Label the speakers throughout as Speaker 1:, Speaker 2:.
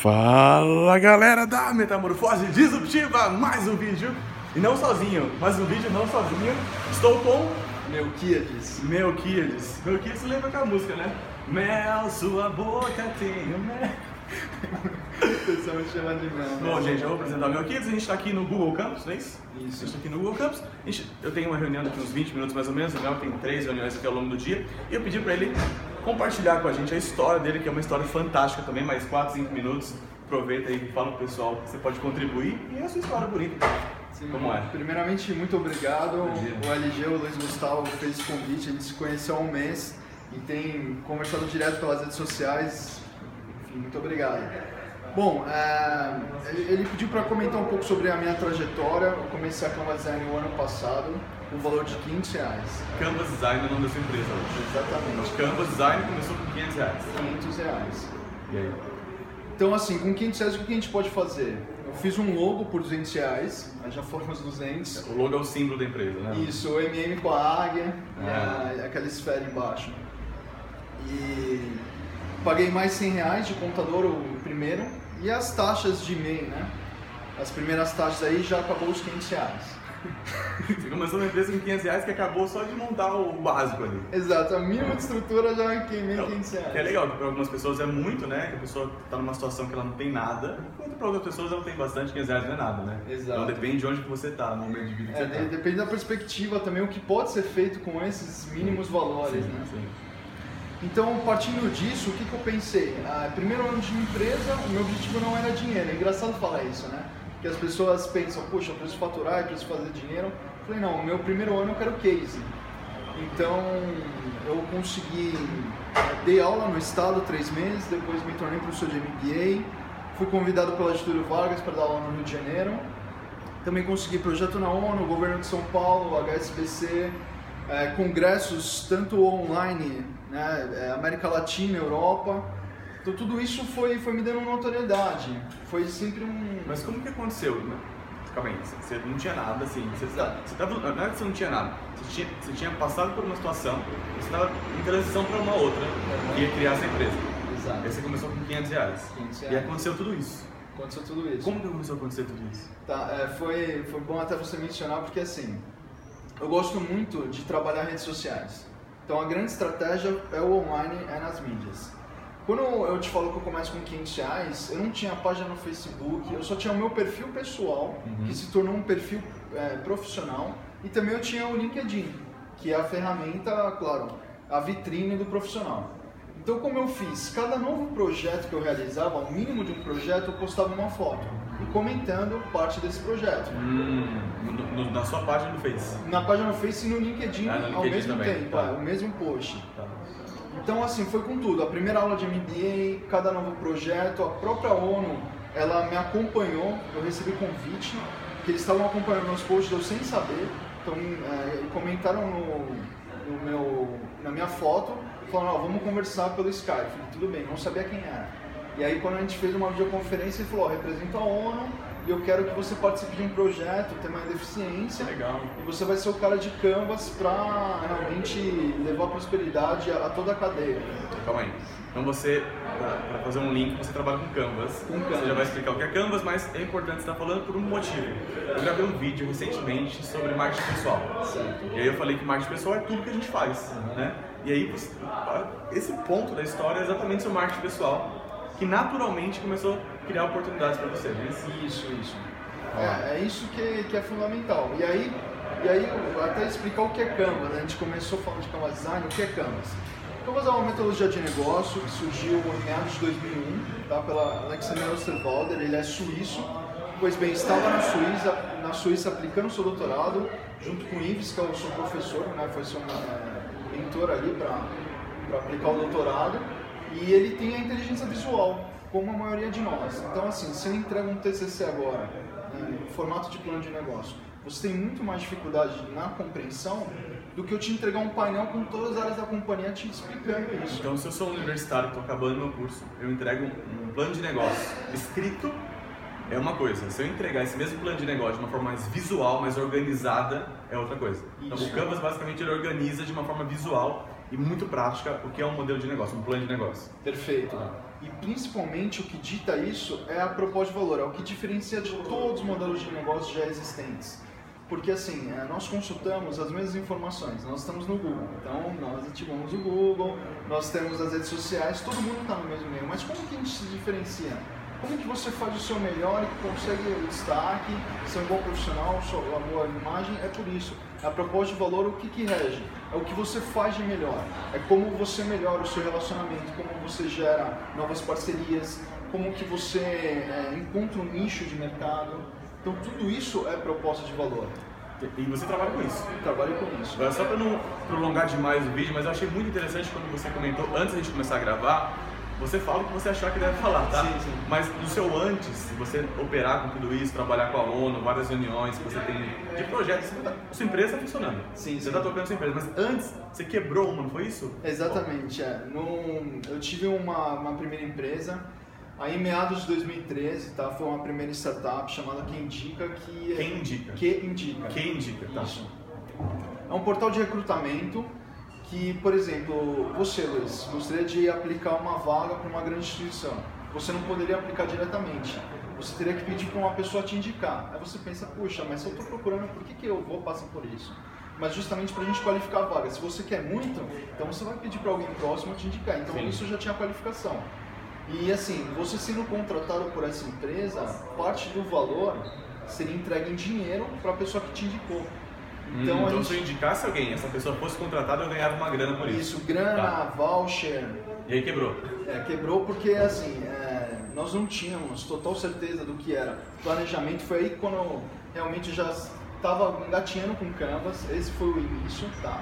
Speaker 1: Fala galera da Metamorfose Disruptiva, mais um vídeo e não sozinho, mas um vídeo não sozinho. Estou com
Speaker 2: Melquiades.
Speaker 1: Melquiades. Melquiades lembra aquela música, né? Mel, sua boca tem o mel.
Speaker 2: O pessoal me chama de Mel.
Speaker 1: Bom, gente, eu vou apresentar o Melquiades. A gente está aqui no Google Campus, não é isso?
Speaker 2: Isso.
Speaker 1: A gente está aqui no Google Campus. A gente- eu tenho uma reunião daqui uns 20 minutos mais ou menos. O Mel tem três reuniões aqui ao longo do dia. E eu pedi para ele compartilhar com a gente a história dele, que é uma história fantástica também. Mais 4, 5 minutos. Aproveita aí, fala pro pessoal que você pode contribuir. E é a sua história bonita.
Speaker 2: Sim.
Speaker 1: Como é?
Speaker 2: Primeiramente, muito obrigado.
Speaker 1: Bom dia.
Speaker 2: O LG, o Luiz Gustavo, fez esse convite. A gente se conheceu há um mês e tem conversado direto pelas redes sociais. Enfim, muito obrigado. Bom, é, ele ele pediu para comentar um pouco sobre a minha trajetória. Eu comecei a Canva Design o ano passado, com o valor de 500 reais.
Speaker 1: Canvas Design é o nome da sua empresa hoje.
Speaker 2: Exatamente,
Speaker 1: Canvas Design começou com 500 reais.
Speaker 2: 500 reais.
Speaker 1: E aí?
Speaker 2: Então, assim, com 500 reais, o que a gente pode fazer? Eu fiz um logo por 200 reais, aí já foram os 200.
Speaker 1: O logo é o símbolo da empresa, né?
Speaker 2: Isso, o MM com a águia,
Speaker 1: Ah.
Speaker 2: e a- aquela esfera embaixo. E paguei mais 100 reais de contador, o primeiro, e as taxas de MEI, né? As primeiras taxas aí já acabou os 500 reais.
Speaker 1: Você começou uma empresa com 500 reais que acabou só de montar o básico ali.
Speaker 2: Exato, a mínima de estrutura já queimei
Speaker 1: Então,
Speaker 2: 500 reais.
Speaker 1: que é legal, que para algumas pessoas é muito, né? Que a pessoa tá numa situação que ela não tem nada, enquanto para outras pessoas ela tem bastante, 500 reais não é nada, né?
Speaker 2: Exato.
Speaker 1: Então depende de onde que você tá, no meio de vida que
Speaker 2: É,
Speaker 1: você
Speaker 2: de-
Speaker 1: tá.
Speaker 2: depende da perspectiva também, o que pode ser feito com esses mínimos valores, né?
Speaker 1: sim.
Speaker 2: Então, partindo disso, o que, que eu pensei? Ah, primeiro ano de empresa, o meu objetivo não era dinheiro. É engraçado falar isso, né? Porque as pessoas pensam, poxa, eu preciso faturar, eu preciso fazer dinheiro. Eu falei, não, meu primeiro ano eu quero case. Então, eu consegui, eh, dei aula no estado três meses, depois me tornei professor de MBA, fui convidado pela Getúlio Vargas para dar aula no Rio de Janeiro. Também consegui projeto na ONU, governo de São Paulo, HSBC, eh, congressos tanto online, né, eh, América Latina, Europa. Então tudo isso foi, foi me dando notoriedade. Foi sempre um.
Speaker 1: Mas como que aconteceu? né? Calma aí, você- você não tinha nada, assim, você, tá- você tava, na verdade você não tinha nada, você tinha, você tinha passado por uma situação, você estava em transição para uma outra, que ia criar essa empresa. Aí
Speaker 2: Exato.
Speaker 1: você começou com 500 reais.
Speaker 2: 500
Speaker 1: E
Speaker 2: reais.
Speaker 1: aconteceu tudo isso.
Speaker 2: Aconteceu tudo isso.
Speaker 1: Como que começou a acontecer tudo isso?
Speaker 2: Tá, é, foi, foi bom até você mencionar, porque assim, eu gosto muito de trabalhar redes sociais. Então a grande estratégia é o online, é nas mídias. Quando eu te falo que eu começo com 500 reais, eu não tinha página no Facebook, eu só tinha o meu perfil pessoal,
Speaker 1: Uhum.
Speaker 2: que se tornou um perfil é, profissional, e também eu tinha o LinkedIn, que é a ferramenta, claro, a vitrine do profissional. Então como eu fiz? Cada novo projeto que eu realizava, o mínimo de um projeto, eu postava uma foto, e comentando parte desse projeto. Hum,
Speaker 1: No- no- na sua página do Face.
Speaker 2: Na página no Face e no LinkedIn,
Speaker 1: Ah, no
Speaker 2: ao
Speaker 1: LinkedIn
Speaker 2: mesmo
Speaker 1: também,
Speaker 2: tempo,
Speaker 1: tá.
Speaker 2: é, o mesmo post.
Speaker 1: Tá.
Speaker 2: Então, assim, foi com tudo. A primeira aula de MBA, cada novo projeto, a própria ONU, ela me acompanhou. Eu recebi convite, que eles estavam acompanhando meus posts, eu sem saber. Então, é, comentaram no, no meu, na minha foto, falaram, ó, vamos conversar pelo Skype. Eu Falei, tudo bem, não sabia quem era. E aí, quando a gente fez uma videoconferência, ele falou, ó, represento a ONU e eu quero que você participe de um projeto, tem uma deficiência,
Speaker 1: Legal.
Speaker 2: e você vai ser o cara de canvas pra realmente levar prosperidade a, a toda a cadeia.
Speaker 1: Calma aí. Então você, pra, pra fazer um link, você trabalha com Canvas.
Speaker 2: Com
Speaker 1: Você
Speaker 2: Canvas.
Speaker 1: já vai explicar o que é Canvas, mas é importante estar falando por um motivo. Eu gravei um vídeo recentemente sobre marketing pessoal.
Speaker 2: Certo.
Speaker 1: E aí eu falei que marketing pessoal é tudo que a gente faz,
Speaker 2: Uhum.
Speaker 1: né? E aí você- esse ponto da história é exatamente seu marketing pessoal, que naturalmente começou a criar oportunidades para você, né?
Speaker 2: Isso, isso.
Speaker 1: Ah.
Speaker 2: É, é isso que, que é fundamental. E aí, e aí eu vou até explicar o que é Canvas. né? A gente começou falando de Canvas Design, o que é Canvas? Canvas é uma metodologia de negócio que surgiu em meados de 2001, tá? pela Alexander Osterwalder, ele é suíço. Pois bem, estava na Suíça, na Suíça aplicando seu doutorado, junto com o Ives, que é o seu professor, né? foi seu eh, mentor ali para para aplicar o doutorado e ele tem a inteligência visual, como a maioria de nós. Então, assim, se eu entrego um TCC agora, né, em formato de plano de negócio, você tem muito mais dificuldade na compreensão do que eu te entregar um painel com todas as áreas da companhia te explicando isso.
Speaker 1: Então, se eu sou um universitário, estou acabando meu curso, eu entrego um um plano de negócio escrito, é uma coisa. Se eu entregar esse mesmo plano de negócio de uma forma mais visual, mais organizada, é outra coisa. Então, o
Speaker 2: Isso.
Speaker 1: Canvas basicamente ele organiza de uma forma visual e muito prática o que é um modelo de negócio, um plano de negócio.
Speaker 2: Perfeito. E principalmente o que dita isso é a proposta de valor, é o que diferencia de todos os modelos de negócio já existentes. Porque assim, é, nós consultamos as mesmas informações, nós estamos no Google, então nós ativamos o Google, nós temos as redes sociais, todo mundo está no mesmo meio, mas como que a gente se diferencia? Como que você faz o seu melhor e consegue o destaque, ser um bom profissional, sua a boa imagem? É por isso. A proposta de valor, o que, que rege? É o que você faz de melhor. É como você melhora o seu relacionamento, como você gera novas parcerias, como que você é, encontra um nicho de mercado. Então tudo isso é proposta de valor.
Speaker 1: E você trabalha com isso.
Speaker 2: Trabalhe com isso.
Speaker 1: Agora, só para não prolongar demais o vídeo, mas eu achei muito interessante quando você comentou, antes da gente começar a gravar, você fala o que você achar que deve falar, tá?
Speaker 2: Sim, sim.
Speaker 1: Mas no seu antes, se você operar com tudo isso, trabalhar com a ONU, várias reuniões que você tem de projetos, você tá- sua empresa está funcionando.
Speaker 2: Sim,
Speaker 1: Você
Speaker 2: sim.
Speaker 1: está tocando sua empresa, mas antes você quebrou uma, não foi isso?
Speaker 2: Exatamente, é. Num- eu tive uma, uma primeira empresa, aí em meados de 2013, tá? Foi uma primeira startup chamada Que Indica, que é-
Speaker 1: Quem indica?
Speaker 2: Que Indica.
Speaker 1: Quem indica, tá?
Speaker 2: Isso. É um portal de recrutamento que, por exemplo, você, Luiz, gostaria de aplicar uma vaga para uma grande instituição. Você não poderia aplicar diretamente. Você teria que pedir para uma pessoa te indicar. Aí você pensa, puxa, mas se eu estou procurando, por que, que eu vou passar por isso? Mas justamente para a gente qualificar a vaga. Se você quer muito, então você vai pedir para alguém próximo te indicar. Então
Speaker 1: Sim.
Speaker 2: isso já tinha qualificação. E assim, você sendo contratado por essa empresa, parte do valor seria entregue em dinheiro para a pessoa que te indicou. Então,
Speaker 1: Hum,
Speaker 2: a
Speaker 1: se eu
Speaker 2: gente,
Speaker 1: indicasse alguém, essa pessoa fosse contratada, eu ganhava uma grana por isso. Tá.
Speaker 2: isso, grana, voucher,
Speaker 1: E aí quebrou.
Speaker 2: é, quebrou porque assim, é, nós não tínhamos total certeza do que era. O planejamento foi aí quando eu realmente já estava engatinhando com Canvas, esse foi o início, tá?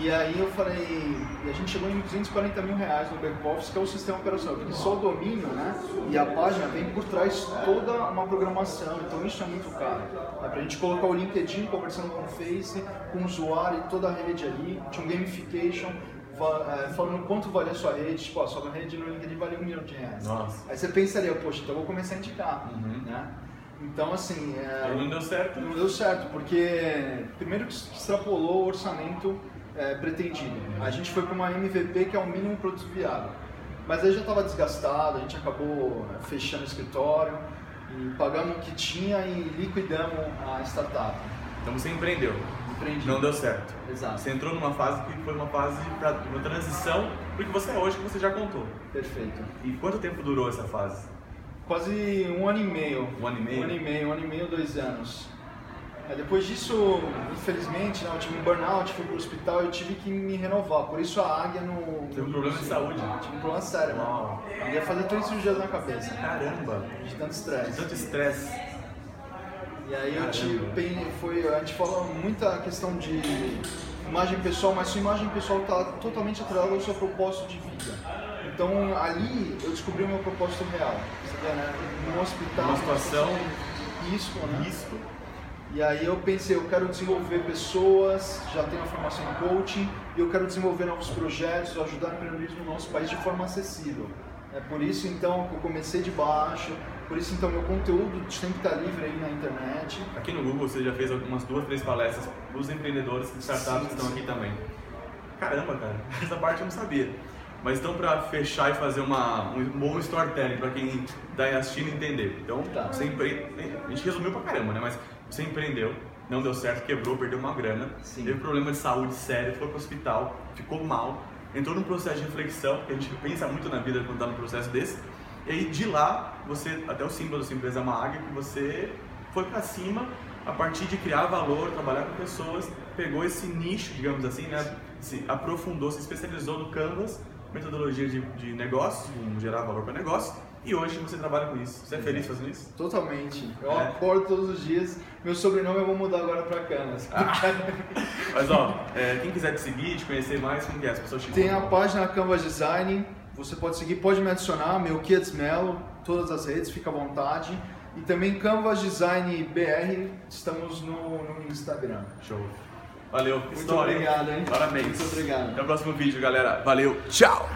Speaker 2: E aí eu falei, e a gente chegou em 240 mil reais no back-office, que é o sistema operacional, porque só o domínio, né? E a página vem por trás toda uma programação, então isso é muito caro. É pra gente colocar o LinkedIn conversando com o Face, com o usuário e toda a rede ali, tinha um gamification, fa- eh, falando quanto valia a sua rede, tipo, a sua rede no LinkedIn valia um milhão de reais.
Speaker 1: Nossa.
Speaker 2: Aí você pensaria, poxa, então eu vou começar a indicar,
Speaker 1: Uhum.
Speaker 2: né? Então assim, é,
Speaker 1: Aí não deu certo.
Speaker 2: não deu certo, porque primeiro que extrapolou o orçamento eh, pretendido. A gente foi para uma MVP que é o mínimo produto viável. Mas aí já estava desgastado, a gente acabou eh, fechando o escritório, e pagamos o que tinha e liquidamos a startup.
Speaker 1: Então você empreendeu.
Speaker 2: Uhum. Empreendi.
Speaker 1: Não deu certo.
Speaker 2: Exato.
Speaker 1: Você entrou numa fase que foi uma fase pra, uma transição porque você é hoje que você já contou.
Speaker 2: Perfeito.
Speaker 1: E quanto tempo durou essa fase?
Speaker 2: Quase um ano e meio.
Speaker 1: Um ano e meio?
Speaker 2: Um ano e meio, um ano e meio, dois anos. Aí depois disso, infelizmente, né, eu tive um burnout, fui pro hospital e eu tive que me renovar. Por isso a águia no.
Speaker 1: Teve um problema de saúde.
Speaker 2: Tive um problema sério,
Speaker 1: Uau.
Speaker 2: mano. Eu ia fazer três cirurgias na cabeça,
Speaker 1: Caramba!
Speaker 2: de tanto
Speaker 1: De
Speaker 2: estresse.
Speaker 1: tanto estresse.
Speaker 2: E aí eu
Speaker 1: Caramba.
Speaker 2: tive. bem- Foi, a gente falou muita questão de imagem pessoal, mas sua imagem pessoal está totalmente atrelada ao seu propósito de vida. Então ali eu descobri o meu propósito real. Você vê, né? No hospital.
Speaker 1: Uma situação.
Speaker 2: Isso, né?
Speaker 1: Isso.
Speaker 2: E aí eu pensei, eu quero desenvolver pessoas, já tenho a formação em coaching, e eu quero desenvolver novos projetos, ajudar o empreendedorismo no nosso país de forma acessível. É por isso então que eu comecei de baixo, por isso então meu conteúdo sempre está livre aí na internet.
Speaker 1: Aqui no Google você já fez algumas duas, três palestras dos empreendedores e startups
Speaker 2: Sim,
Speaker 1: que estão
Speaker 2: sim.
Speaker 1: aqui também. Caramba, cara, essa parte eu não sabia. Mas então para fechar e fazer uma, um bom storytelling para quem está assistindo entender. Então,
Speaker 2: Tá.
Speaker 1: você empre... a gente resumiu pra caramba, né? Mas você empreendeu, não deu certo, quebrou, perdeu uma grana,
Speaker 2: Sim.
Speaker 1: teve problema de saúde sério, foi pro hospital, ficou mal, entrou num processo de reflexão, que a gente pensa muito na vida quando tá num processo desse. E aí de lá, você, até o símbolo da sua empresa é uma águia, que você foi para cima a partir de criar valor, trabalhar com pessoas, pegou esse nicho, digamos assim, né? Se aprofundou, se especializou no Canvas, metodologia de, de negócios, em gerar valor para negócio, e hoje você trabalha com isso. Você é feliz fazendo isso?
Speaker 2: Totalmente. Eu
Speaker 1: É.
Speaker 2: acordo todos os dias, meu sobrenome eu vou mudar agora para Canas.
Speaker 1: Ah. Mas ó, é, quem quiser te seguir, te conhecer mais, como que é? As pessoas te
Speaker 2: Tem a
Speaker 1: encontram?
Speaker 2: página Canvas Design, você pode seguir, pode me adicionar, meu Kids Melo, todas as redes, fica à vontade. E também Canvas Design BR, estamos no, no Instagram.
Speaker 1: Show. Valeu.
Speaker 2: Muito
Speaker 1: História, hein?
Speaker 2: obrigado, hein?
Speaker 1: Parabéns.
Speaker 2: Muito obrigado.
Speaker 1: Até o próximo vídeo, galera. Valeu. Tchau.